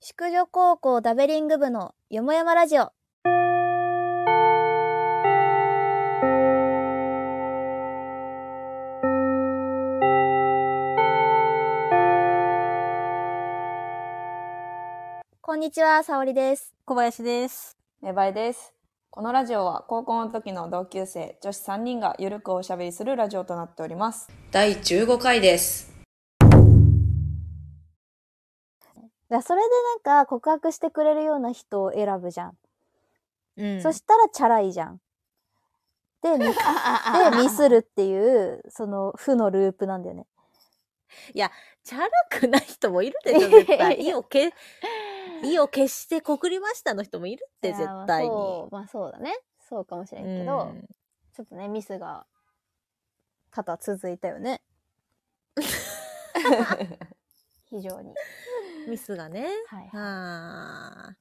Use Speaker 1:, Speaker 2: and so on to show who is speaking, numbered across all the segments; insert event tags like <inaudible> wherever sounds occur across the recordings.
Speaker 1: 宿女高校ダベリング部のよもやまラジオ。こんにちは、さおりです。
Speaker 2: 小林です。
Speaker 3: 芽生えです。このラジオは高校の時の同級生女子3人がゆるくおしゃべりするラジオとなっております。第15回です。
Speaker 1: いや、それでなんか告白してくれるような人を選ぶじゃん。
Speaker 2: うん
Speaker 1: そしたらチャラいじゃん。
Speaker 4: <laughs>
Speaker 1: で、ミでミスるっていう、その負のループなんだよね。
Speaker 2: チャラくない人もいるでしょ、絶
Speaker 3: <laughs>
Speaker 2: 対。
Speaker 1: い
Speaker 2: 意をけ、意を決して告りましたの人もいるって、
Speaker 4: いや
Speaker 2: 絶
Speaker 4: まあ
Speaker 2: 対に。
Speaker 4: そうまあそうだねそうかもしれんけど、
Speaker 2: うん
Speaker 4: ちょっとねミスが多々続いたよね非常に
Speaker 2: ミスがね。
Speaker 4: はい
Speaker 2: はあ。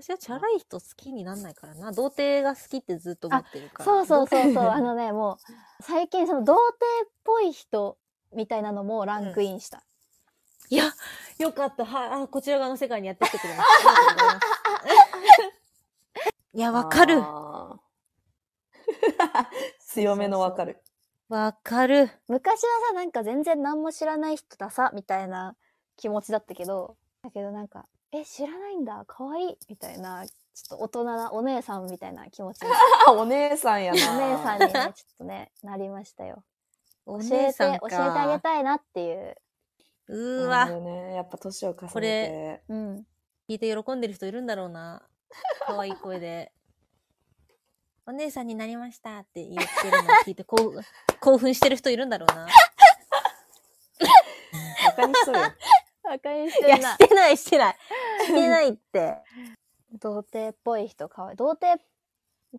Speaker 2: 私はチャラい人好きになんないからな。童貞が好きってずっと思ってるから。
Speaker 4: そうそうそうそうあ
Speaker 2: 童貞。
Speaker 4: のねもう最近その童貞っぽい人みたいなのもランクインした、
Speaker 2: いや、よかった。はい。あの、こちら側の世界にやってきてく
Speaker 4: <laughs>
Speaker 2: れます。 <laughs> いや、わかる。
Speaker 3: あー。 <laughs> 強めのわかる。
Speaker 2: わかる。
Speaker 4: 昔はさなんか全然何も知らない人ださみたいな気持ちだったけどだけどなんかえ知らないんだ可愛いみたいなちょっと大人なお姉さんみたいな気持ちに
Speaker 3: あ、お姉さんやな。
Speaker 4: お姉さんにねちょっとねなりましたよ
Speaker 2: お
Speaker 4: 教え
Speaker 2: 姉
Speaker 4: て
Speaker 2: さ
Speaker 4: 教
Speaker 2: ん
Speaker 4: え
Speaker 2: か。
Speaker 4: てあげたいなっていう
Speaker 2: う
Speaker 3: な
Speaker 2: ー
Speaker 3: る
Speaker 2: わ。
Speaker 3: ほどね。やっぱ年を重ねて。
Speaker 2: これ
Speaker 4: うん
Speaker 2: 聞いて喜んでる人いるんだろうな。可愛い声で。 <laughs> お姉さんになりましたって言ってるのを聞いて、こう、興奮してる人いるんだろう
Speaker 4: <laughs>
Speaker 2: な。
Speaker 3: バカにしとるよ。
Speaker 4: バカにし
Speaker 2: い
Speaker 4: て
Speaker 2: や、
Speaker 4: んな
Speaker 2: してない、してない。してないって。
Speaker 4: 童貞っぽい人かわい童貞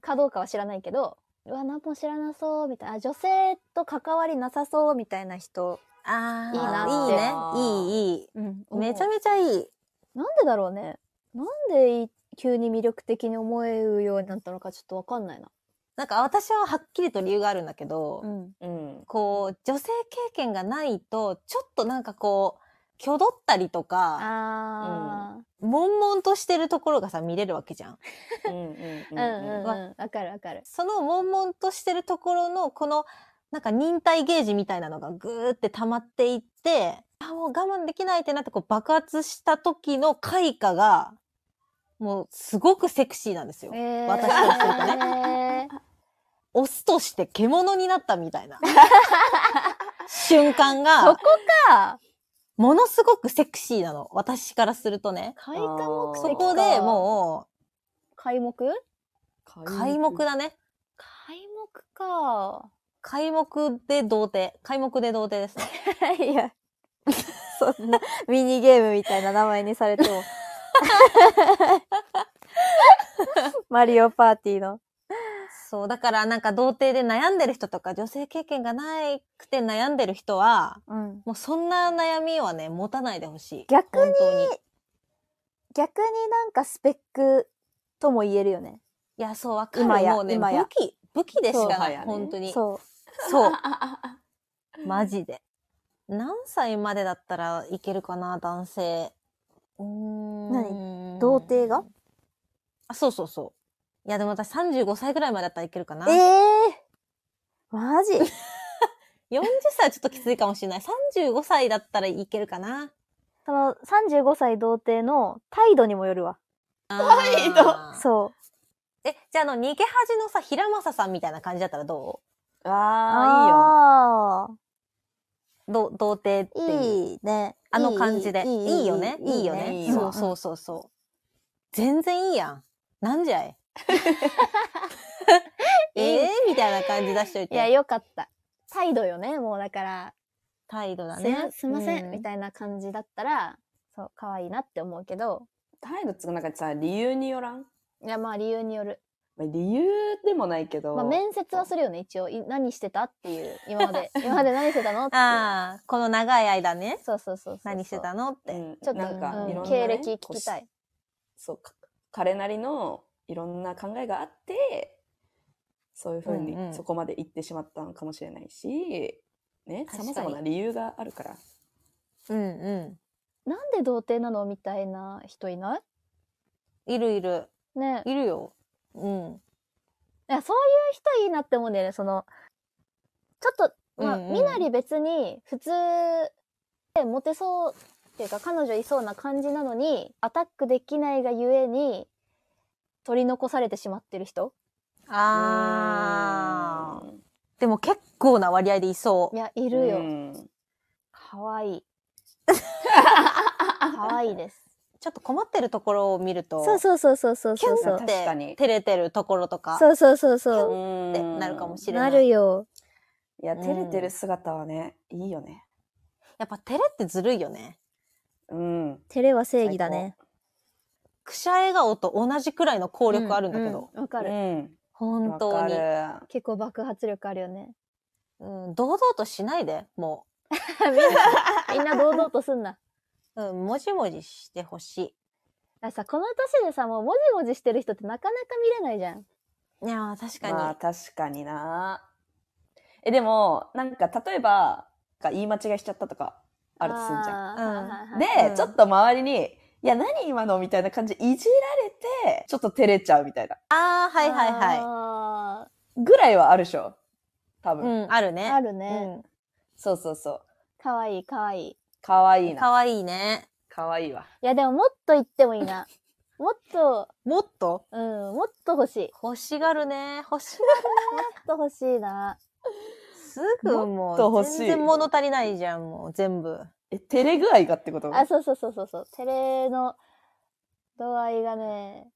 Speaker 4: かどうかは知らないけどうわ何も知らなそうみたいなあ女性と関わりなさそうみたいな人、
Speaker 2: あ
Speaker 4: いい
Speaker 3: なって
Speaker 2: いいね。いい、い
Speaker 4: うん
Speaker 2: い。めちゃ
Speaker 4: め
Speaker 2: めちゃいい。
Speaker 4: なんでだろうねなんでい急に魅力的に思えるようになったのかちょっとわかんないな、
Speaker 2: なんか私ははっきりと理由があるんだけど、
Speaker 4: ん、
Speaker 3: うん。
Speaker 2: こう、女性経験がないと、ちょっとなんかこう、挙動ったりとか、
Speaker 4: あー
Speaker 2: 悶々としてるところがさ、見れるわけじゃん。
Speaker 3: うんうん
Speaker 4: うんうんうん
Speaker 2: わ
Speaker 4: わかるわかる
Speaker 2: その悶々としてるところの、この、なんか忍耐ゲージみたいなのがぐーって溜まっていって、あ、もう我慢できないってなって、こう爆発した時の開花が、もうすごくセクシーなんですよ。
Speaker 4: え
Speaker 2: 私からすると
Speaker 4: ね
Speaker 2: オスとして獣になったみたいな瞬間
Speaker 4: そ
Speaker 2: が
Speaker 4: こ、か
Speaker 2: ものすごくセクシーなの。私からするとね。
Speaker 4: 開花目的
Speaker 2: そ
Speaker 4: か
Speaker 2: こでも
Speaker 4: 開目
Speaker 3: うん。
Speaker 2: う、開目だね。
Speaker 4: 開目か
Speaker 2: 開目で童貞。開目で童貞ですね。
Speaker 4: いや、そんなミニゲームみたいな名前にされて
Speaker 2: <laughs>
Speaker 4: も。マリオパーティーの。
Speaker 2: そう、だからなんか童貞で悩んでる人とか、女性経験がないくて悩んでる人は、
Speaker 4: うん。
Speaker 2: もうそんな悩みはね、持たないでほしい。
Speaker 4: 逆に
Speaker 2: 本当に。
Speaker 4: 逆になんかスペックとも言えるよね。
Speaker 2: いや、そう、わかる。
Speaker 4: 今や
Speaker 2: もうね、
Speaker 4: 今や
Speaker 2: 武器、武器でし
Speaker 3: そう
Speaker 2: か
Speaker 3: は
Speaker 2: ない。
Speaker 3: やね
Speaker 2: 本当に。
Speaker 4: そ
Speaker 2: そう。
Speaker 3: あ
Speaker 2: マジで。何歳までだったらいけるかな、男性。うーん。
Speaker 4: 何童貞が
Speaker 2: あ、そうそうそう。いや、でも私35歳ぐらいまでだったらいけるかな。
Speaker 4: う。ええー、マ
Speaker 2: <laughs>
Speaker 4: ジ
Speaker 2: 40歳はちょっときついかもしれない。35歳だったらいけるかな。
Speaker 4: その35歳童貞の態度にもよるわ。
Speaker 2: 態度
Speaker 4: そ
Speaker 2: え、じゃああの、逃げ恥のさ、平正さんみたいな感じだったらど
Speaker 3: ー
Speaker 4: う。
Speaker 3: あ
Speaker 2: うどう、童貞って
Speaker 4: あ
Speaker 2: いう。
Speaker 4: ーいいね。
Speaker 2: あの感じで。いいよね。いいよね。
Speaker 3: いい
Speaker 2: そ
Speaker 3: よ
Speaker 2: うそうそうそう。全然いいやん。なんじゃいええみたいな感じ出しとい
Speaker 4: いや、
Speaker 2: て。
Speaker 4: よかった。態度よね、もうだから。
Speaker 2: 態度だ
Speaker 4: す
Speaker 2: ね。
Speaker 4: すいません、
Speaker 2: う
Speaker 4: みたいな感じだったらそう可愛いなって思うけど
Speaker 3: いいよ。態度つくなんかさ、理由によらん
Speaker 4: いやまあ理由による、
Speaker 3: まあ理由でもないけど。
Speaker 4: まあ、面接はするよね一応い何してたっていう今ま
Speaker 2: <laughs>
Speaker 4: で今まで何してたのっていう
Speaker 2: ああ、この長い間ね。
Speaker 4: そうそうそうそう
Speaker 2: 何してたのって。
Speaker 3: うん
Speaker 4: ちょっと
Speaker 3: なんか、
Speaker 4: うん
Speaker 3: いろんなね
Speaker 4: 経歴聞きたい
Speaker 3: そうか彼なりのいろんな考えがあってそういうふうに
Speaker 2: うんうん
Speaker 3: そこまで行ってしまったのかもしれないし、ねさ
Speaker 2: 確かに
Speaker 3: まざまな理由があるから
Speaker 2: うんう
Speaker 4: なんで童貞なのみたいな人いない
Speaker 2: るいる。
Speaker 4: いね
Speaker 2: いるよ。うん。
Speaker 4: いやそういう人いいなって思うんだよねそのちょっと、まあ
Speaker 2: うんうん
Speaker 4: みなり別に普通でモテそうっていうか彼女いそうな感じなのにアタックできないがゆえに取り残されてしまってる人
Speaker 2: あー。でも結構な割合でいそう
Speaker 4: い。やい
Speaker 3: い
Speaker 4: るよ
Speaker 3: よ。
Speaker 4: 可愛、い
Speaker 2: <laughs>
Speaker 4: い可愛いです
Speaker 2: ちょっと困ってるところを見ると、
Speaker 4: そうそうそうそうそうそう
Speaker 2: キ
Speaker 4: そ
Speaker 2: ュン
Speaker 4: う
Speaker 2: って
Speaker 3: 確かに
Speaker 2: 照れてるところとか、
Speaker 4: そうそうそうそう
Speaker 3: っ
Speaker 2: ってなるかもしれな。
Speaker 4: ないるよ
Speaker 3: いや、
Speaker 2: うん
Speaker 3: 照れてる姿はね、いいよね。
Speaker 2: やっぱ照れってずるいよね。
Speaker 3: うん。
Speaker 4: 照れは正義だね
Speaker 2: くしゃ笑顔と同じくらいの効力あるんだけど、
Speaker 4: わかる、
Speaker 3: うん。
Speaker 2: 本
Speaker 3: わ
Speaker 2: 当
Speaker 3: か
Speaker 2: に、
Speaker 3: る。
Speaker 4: 結構爆発力あるよ
Speaker 2: <laughs>
Speaker 4: ね
Speaker 2: うん。堂々としないで、も
Speaker 4: みんなみんな堂々とすんな
Speaker 2: う。うん、もじもじしてほし
Speaker 4: ださこの年でさもうもじもじしてる人ってなかなか見れないじゃん
Speaker 2: い。いやー、確かに。
Speaker 3: まあ、確かにな。え、でも、なんか、例えば、なんか言い間違いしちゃったとか、あるとすんじゃん。
Speaker 4: あ
Speaker 2: うん
Speaker 4: ーはいはいはい
Speaker 3: で、
Speaker 2: うん
Speaker 3: ちょっと周りに、いや、何今のみたいな感じでいじられて、ちょっと照れちゃうみたいな。
Speaker 2: ああ、はいはいは
Speaker 4: あ
Speaker 3: ぐらいはあるでしょ。多
Speaker 2: い。
Speaker 3: 分。
Speaker 2: うん、あるね。
Speaker 4: ーあるね
Speaker 3: そうそうそう。
Speaker 4: 可愛、いい可愛いいい
Speaker 3: かわ
Speaker 2: う
Speaker 3: いい
Speaker 2: ん。か
Speaker 3: な。
Speaker 2: わいいね。
Speaker 3: かわいいわ。
Speaker 4: やでももっと言ってもいいなもっと
Speaker 2: もっと
Speaker 4: うんもっと欲しいも
Speaker 2: 欲しがるね。欲しが
Speaker 4: っと欲しいな
Speaker 2: る。すぐも
Speaker 3: っと
Speaker 2: う、
Speaker 3: 欲しい
Speaker 2: 全然物足りないじゃん、もう全部。
Speaker 3: え、照れ具合がってこと
Speaker 4: あそうそうそうそうそう照れの度合いがね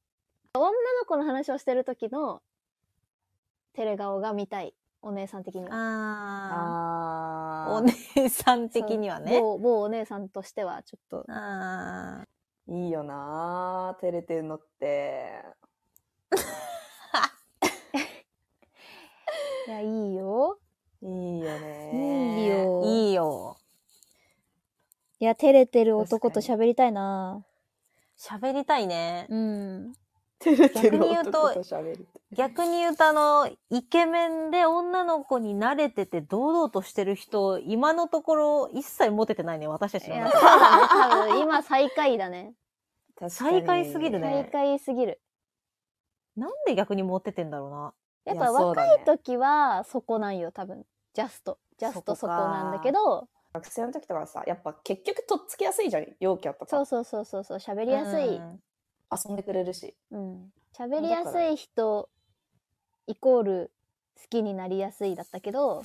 Speaker 4: 女の子の話をしてる時の照れ顔が見たいお姉さん的には
Speaker 2: ああ。
Speaker 3: あ
Speaker 2: お
Speaker 3: ー。
Speaker 2: 姉さん的には
Speaker 4: そう
Speaker 2: ね。
Speaker 4: 某某お姉さんとしてはちょっと
Speaker 2: ああ。
Speaker 3: いいよな照れてんのって。
Speaker 4: いやいいよ
Speaker 3: いいよ
Speaker 4: い
Speaker 3: ね
Speaker 4: いよ
Speaker 2: いいよ。
Speaker 4: いや、照れてる男と
Speaker 3: 確か
Speaker 4: 喋りたいな
Speaker 2: 喋りたいね。
Speaker 4: うん。
Speaker 3: 照れてる
Speaker 2: 逆に言う
Speaker 3: 男
Speaker 2: と
Speaker 3: と喋るって。
Speaker 2: 逆に言うとあの、イケメンで女の子に慣れてて堂々としてる人、今のところ一切モテてないね、私た
Speaker 4: い
Speaker 2: ちの
Speaker 4: や、そ
Speaker 2: 中
Speaker 4: う <laughs> だね。多分、今最下位だね。
Speaker 3: 確かに
Speaker 2: 最下位すぎるね
Speaker 4: 最下位すぎる。
Speaker 2: なんで逆にモテてんだろうな。
Speaker 4: やっ
Speaker 3: い
Speaker 4: ぱ
Speaker 3: やそうだ
Speaker 4: 若
Speaker 3: ね
Speaker 4: い時はそこなんよ、多分。ジャスト。ジャスト
Speaker 3: そ
Speaker 4: そ
Speaker 3: こ
Speaker 4: こ
Speaker 3: か
Speaker 4: なんだけど、
Speaker 3: 学生の時とかさ、やっぱ結局とっつきやすいじゃん。陽キャとか。
Speaker 4: そうそうそうそうそう、喋りやすい。
Speaker 3: 遊んでくれるし。
Speaker 4: うん。喋りやすい人、イコール好きになりやすいだったけど、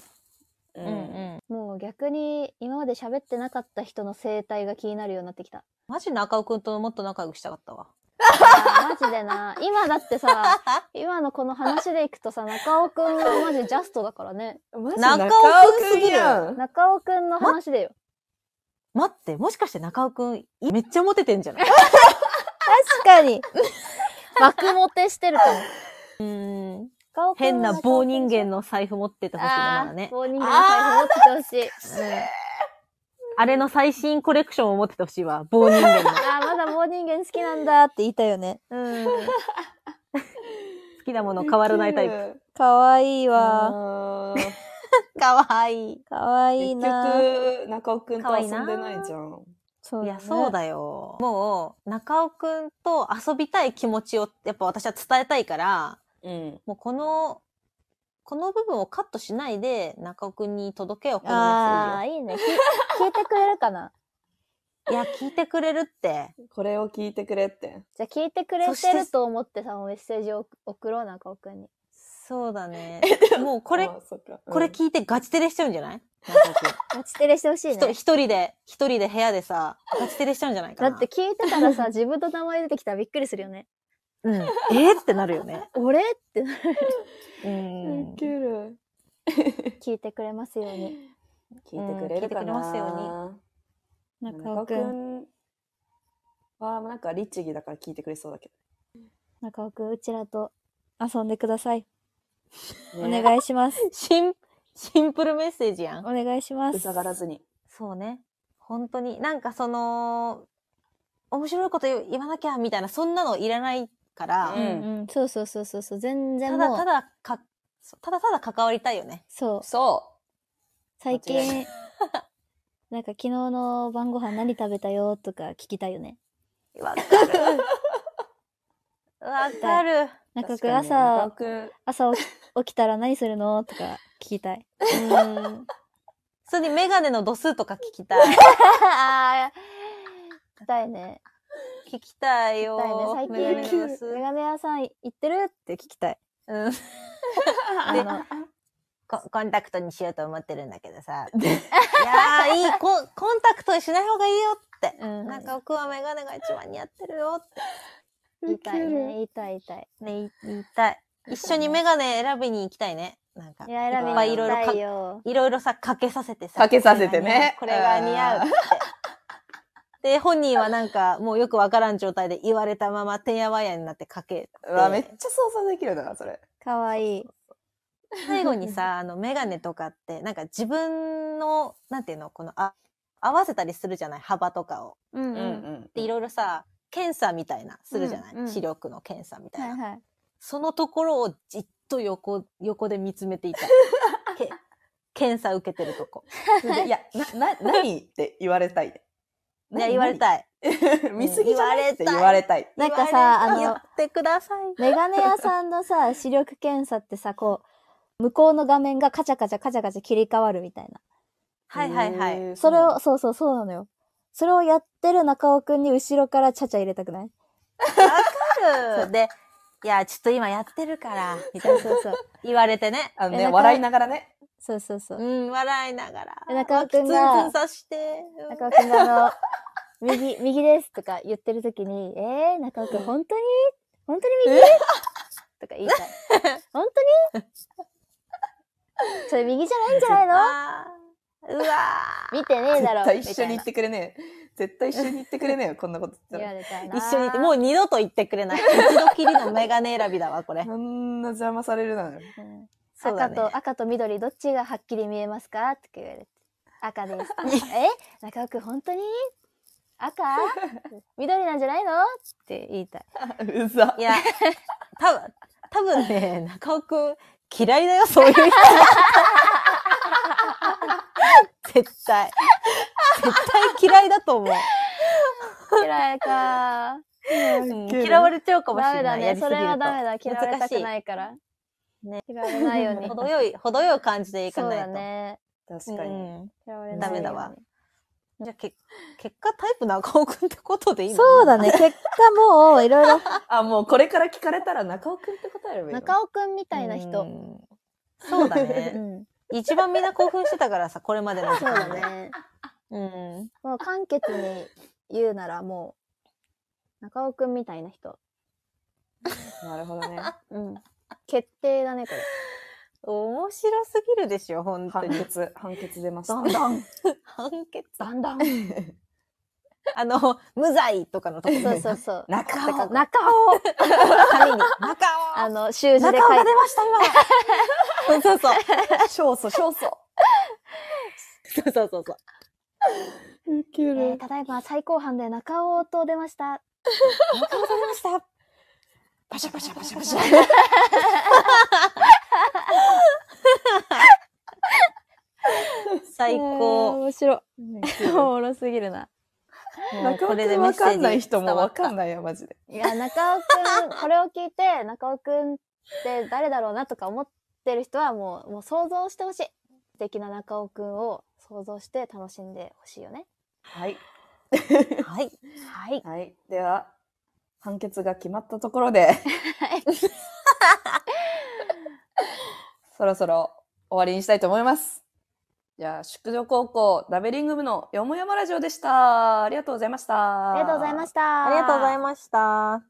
Speaker 3: う
Speaker 2: うん。うんうん。
Speaker 4: もう逆に今まで喋ってなかった人の生態が気になるようになって <laughs> きた。
Speaker 2: マジ中尾くんともっと仲良くしたかったわ。
Speaker 4: あーマジでな。今だってさ、今のこの話でいくとさ、中尾くんはマジジャストだからね。
Speaker 3: マジ
Speaker 2: 中
Speaker 3: 中
Speaker 2: 尾
Speaker 3: 尾
Speaker 2: くん
Speaker 3: くんやん。
Speaker 4: 中尾くんの話でよ。
Speaker 2: 待って、もしかして中尾くん、いめっちゃモテてんじゃない
Speaker 4: 確かに。 <laughs> 爆モテしてるかも。
Speaker 2: うん。
Speaker 4: 中尾くん
Speaker 2: 変な棒人間
Speaker 4: の
Speaker 2: の財布持っててほしいなま
Speaker 4: あ
Speaker 2: だ
Speaker 4: あ
Speaker 2: ね
Speaker 4: ー、。棒人間の財布持って <laughs> てほしい。
Speaker 2: あれの最新コレクションを持っててほしいわ。棒人間の。
Speaker 4: ああ、まだ棒人間好きなんだって言いたいよね。
Speaker 2: うん。好きなもの変わらないタイプ。
Speaker 3: プ。
Speaker 4: かわいいわ。
Speaker 3: <laughs> あー
Speaker 2: かわいい。
Speaker 4: かわい
Speaker 3: 結
Speaker 4: いな。
Speaker 3: 局、中尾くん
Speaker 2: かわ
Speaker 3: と
Speaker 2: いいな
Speaker 3: 遊んでないじゃん。
Speaker 4: そ
Speaker 2: いや、そう
Speaker 4: ね。
Speaker 2: だよ。もう、中尾くんと遊びたい気持ちを、やっぱ私は伝えたいから、
Speaker 3: うん。
Speaker 2: もうこの、この部分をカットしないで、中尾くんに届けよう、このメ
Speaker 4: ああ、
Speaker 2: ッセ
Speaker 4: いいね。き <laughs> 聞いてくれるかな
Speaker 2: ージを。いや、聞いてくれるって。
Speaker 3: これを聞いてくれって。
Speaker 4: じゃあ聞いてくれ
Speaker 2: そして
Speaker 4: てると思ってさ、メッセージを送ろう、中尾くんに。
Speaker 2: そうだ <laughs> ね。もうこれ
Speaker 3: あ、ー、そっか
Speaker 2: これ
Speaker 3: うん
Speaker 2: 聞いてガチテレしちゃうんじゃない中尾くん
Speaker 4: ガチテレしてほしい
Speaker 2: ひと
Speaker 4: ね。
Speaker 2: 一人で、一人で部屋でさ、ガチテレしちゃうんじゃないか
Speaker 4: だ
Speaker 2: な。
Speaker 4: って、聞いてたらさ、 <laughs> 自分の名前出てきたらびっくりするよね。
Speaker 2: <laughs> うん。えーってなるよね。
Speaker 4: 俺ってなる
Speaker 2: うん
Speaker 3: ウ。ケる。
Speaker 4: 聞いてくれますように。
Speaker 3: 聞いてくれるかな、
Speaker 2: うん聞いてくれますよ
Speaker 3: 中尾くんは、なんか、律儀だから聞いてくれそうだけ
Speaker 4: 中尾くん、うちらと遊んでください。
Speaker 3: ど。
Speaker 4: お
Speaker 3: い。
Speaker 4: 願いします。
Speaker 2: <laughs> シン、シンプルメッセージやん
Speaker 4: お。願いしま
Speaker 3: う
Speaker 4: す。
Speaker 3: ざがらずに。
Speaker 2: そうね。本当に。なんかその、面白いこと言う言わなきゃみたいな、そんなのいらないから、
Speaker 3: うん
Speaker 4: うん、そうそうそうそうそう、全然
Speaker 2: た
Speaker 4: も
Speaker 2: だ
Speaker 4: う、
Speaker 2: ただか、そうただただ関わりたいよね。
Speaker 4: そう、
Speaker 3: そ
Speaker 4: 最
Speaker 3: 間違
Speaker 4: 近、 <laughs> なんか昨日の晩ご飯何食べたよとか聞きたいよね。
Speaker 2: わ <laughs> かる。わかる。
Speaker 4: なんか
Speaker 3: 確かに
Speaker 4: 朝、
Speaker 3: 僕
Speaker 4: 朝 <laughs> 起き起きたら何するのとか <laughs> 聞きたい。
Speaker 2: うん。それにメガネの度数とか聞きたい。 <laughs>
Speaker 4: あー聞きたいね。
Speaker 2: 聞きたいよ
Speaker 4: 聞きたいね。。最
Speaker 2: メガネの度
Speaker 4: 近、メ
Speaker 2: 数。
Speaker 4: ガネ屋さん行ってるって聞きたい。
Speaker 2: うん。
Speaker 4: あ
Speaker 2: で
Speaker 4: の、
Speaker 2: ココンタクトにしようと思ってるんだけどさ。 <laughs> いやー、いいコ、コンタクトにしない方がいいよって。
Speaker 4: うん。
Speaker 2: なんか僕はメガネが一番似合ってるよって。
Speaker 4: 言いたいね。言いたい、言いたい。
Speaker 2: ね、い言いたい。一緒にメガネ選びに行きたいね。なんか、
Speaker 4: いや、
Speaker 2: い
Speaker 4: 選
Speaker 2: っ
Speaker 4: びに
Speaker 2: ぱいいろいろ
Speaker 4: 行き
Speaker 2: か
Speaker 4: たいよ。
Speaker 2: いろいろさ、かけさせてさ。
Speaker 3: かけさせてね
Speaker 2: これが似合う。これが似合うって。で、本人はなんか、もうよくわからん状態で言われたまま、てんやわんやになってかけて
Speaker 3: うわめっちゃ操作できるなそれ
Speaker 4: かわいい。
Speaker 2: 最後にさ、あ <laughs> の、メガネとかって、なんか自分の、なんていうの、この、あ、合わせたりするじゃない幅とかを。
Speaker 4: うんう
Speaker 3: うん
Speaker 4: ん。
Speaker 3: うん
Speaker 2: で、いろいろさ、検査みたいな、するじゃない、
Speaker 4: うんうん
Speaker 2: 視力の検査みたい
Speaker 4: は
Speaker 2: な。
Speaker 4: いはい。
Speaker 2: そのところをじっと横、横で見つめてい <laughs> たい。け検査受けてると <laughs> こ。
Speaker 3: いやな
Speaker 2: <laughs>
Speaker 3: な何って言われたいね
Speaker 2: いや、言われたい。
Speaker 3: 何 <laughs> 見すぎじゃないって言われたい
Speaker 4: なんかさ、あ
Speaker 2: 言
Speaker 4: の
Speaker 2: っ、てください。
Speaker 4: メガネ屋さんのさ、視力検査ってさ、こう、向こうの画面がカチャカチャカチャカチャ切り替わるみたいな。
Speaker 2: はいはいは
Speaker 3: へ
Speaker 2: い。
Speaker 3: ー
Speaker 4: それ
Speaker 3: うな
Speaker 4: を、そうそうそうなのよ。それをやってる中尾くんに後ろからちゃちゃ入れたくない
Speaker 2: そうで、いや、ちょっと今やってるから、みたい
Speaker 4: そう
Speaker 2: な
Speaker 4: そうそ
Speaker 3: <laughs>
Speaker 4: う。
Speaker 2: <laughs> 言われて <laughs> ね。
Speaker 3: あの
Speaker 4: え
Speaker 3: ね
Speaker 4: なんか
Speaker 3: 笑いながらね
Speaker 4: そうそうそう。
Speaker 2: うん、笑いながら。
Speaker 4: え中尾くんが
Speaker 2: まあツンツンさして。うん
Speaker 4: 中尾くんがあの、右、右ですとか言ってるときに、えー、中尾くん本当に本当に右とか言いたい。
Speaker 3: <laughs>
Speaker 4: 本当にそれ右じゃないんじゃない
Speaker 2: あーうわ
Speaker 4: の見てねえだろ。
Speaker 3: 絶対一緒に
Speaker 4: み
Speaker 3: 行ったてくれねえ絶対一緒に行ってく
Speaker 4: <laughs>
Speaker 3: れねえよこんなこと言
Speaker 4: い
Speaker 3: っ
Speaker 4: な
Speaker 3: た
Speaker 4: 言われたいな。
Speaker 2: ー <laughs> 一緒にいて、もう二度と言ってくれない。一度きりのメガネ選びだわ、これ <laughs>
Speaker 3: ら。そんな邪魔されるなよ <laughs>
Speaker 4: うん
Speaker 2: そうだ
Speaker 4: 赤
Speaker 2: ね
Speaker 4: と赤と緑どっちがはっきり見えますかって言われて赤です
Speaker 2: <laughs>
Speaker 4: え中尾くん本当に赤緑なんじゃないのって言いたいう
Speaker 3: ざ
Speaker 2: いや、多分、多分ね、中尾くん嫌いだよ、そういう
Speaker 4: <laughs>
Speaker 2: 人。絶対。絶対嫌いだと思う。
Speaker 4: 嫌いか
Speaker 3: る
Speaker 2: 嫌われちゃう <laughs> かもし
Speaker 4: ダメ
Speaker 2: れ
Speaker 4: だ
Speaker 2: ない。や
Speaker 4: ね
Speaker 2: りす
Speaker 4: そ
Speaker 2: ぎる
Speaker 4: れ
Speaker 2: と
Speaker 4: はダメだ嫌われたく
Speaker 2: 難
Speaker 4: ないから
Speaker 2: ね
Speaker 4: 嫌われないよう
Speaker 2: し <laughs> い
Speaker 4: に
Speaker 2: 程よい、程よい感じでいか
Speaker 4: そう
Speaker 2: ないと。
Speaker 4: だね
Speaker 3: 確か
Speaker 2: う
Speaker 3: に
Speaker 2: ん
Speaker 4: 嫌われ
Speaker 2: ダ
Speaker 4: ないよう
Speaker 2: メ
Speaker 4: に
Speaker 2: だわ。じゃあ、け結果タイプ中尾くんってことでいいの
Speaker 1: そうだね。結果もう、い
Speaker 2: <laughs>
Speaker 1: ろいろ、
Speaker 3: あもうこれから聞かれたら中尾くんって答えればいいの
Speaker 4: 中尾くんみ
Speaker 2: み
Speaker 4: たいな人。
Speaker 2: そう
Speaker 4: う
Speaker 2: だ
Speaker 4: <laughs>
Speaker 2: ね。
Speaker 4: ん
Speaker 2: 一番みんな興奮してたからさ、これまでの時
Speaker 4: そうだ
Speaker 2: 間で。
Speaker 4: ね
Speaker 2: <laughs> うん。
Speaker 4: もう簡潔に言うならもう中尾くんみたいな人
Speaker 3: なるほ
Speaker 4: <laughs>
Speaker 3: どね
Speaker 4: うん決定だねこれ
Speaker 2: 面白すぎるでしょ、本当
Speaker 3: 判
Speaker 2: に。
Speaker 3: 決判決出ました
Speaker 4: どんどん
Speaker 2: 判決。
Speaker 4: だんだ
Speaker 3: <laughs>
Speaker 4: ん。
Speaker 2: あの、無罪とか
Speaker 4: <laughs>
Speaker 2: のとこ。
Speaker 4: そうそううそう。だ
Speaker 3: 中
Speaker 4: か
Speaker 3: 尾
Speaker 4: ら中尾、
Speaker 2: 紙に。中尾
Speaker 4: あの、習字で書い
Speaker 2: 中尾が出ました、今そうそうそう。
Speaker 3: 勝訴勝訴
Speaker 2: <laughs> そうそうそうそう。
Speaker 4: えーただいま最高班で中尾と出ました。
Speaker 2: 中尾が出ました。パシャパシャパシャパシャ。最高。
Speaker 4: 面白い。お
Speaker 3: 中
Speaker 4: もろすぎるな。
Speaker 3: 尾くんわかんない人もわか
Speaker 2: ない
Speaker 3: んないよマジで
Speaker 4: いや、中尾くん、こ <laughs> れを聞いて、中尾くんって誰だろうなとか思ってる人はもう、もう想像してほしい。素敵な中尾くんを想像して楽しんでほしいよね。
Speaker 3: はい
Speaker 2: 伝わった。はい。
Speaker 4: はい。
Speaker 3: はいでは判決が決まったところで <laughs> そろそろ終わりにしたいと思いますじゃあ宿女高校ラベリング部のよもやまラジオでしたありがとうございました
Speaker 4: ありがとうございました。
Speaker 2: ありがとうございました。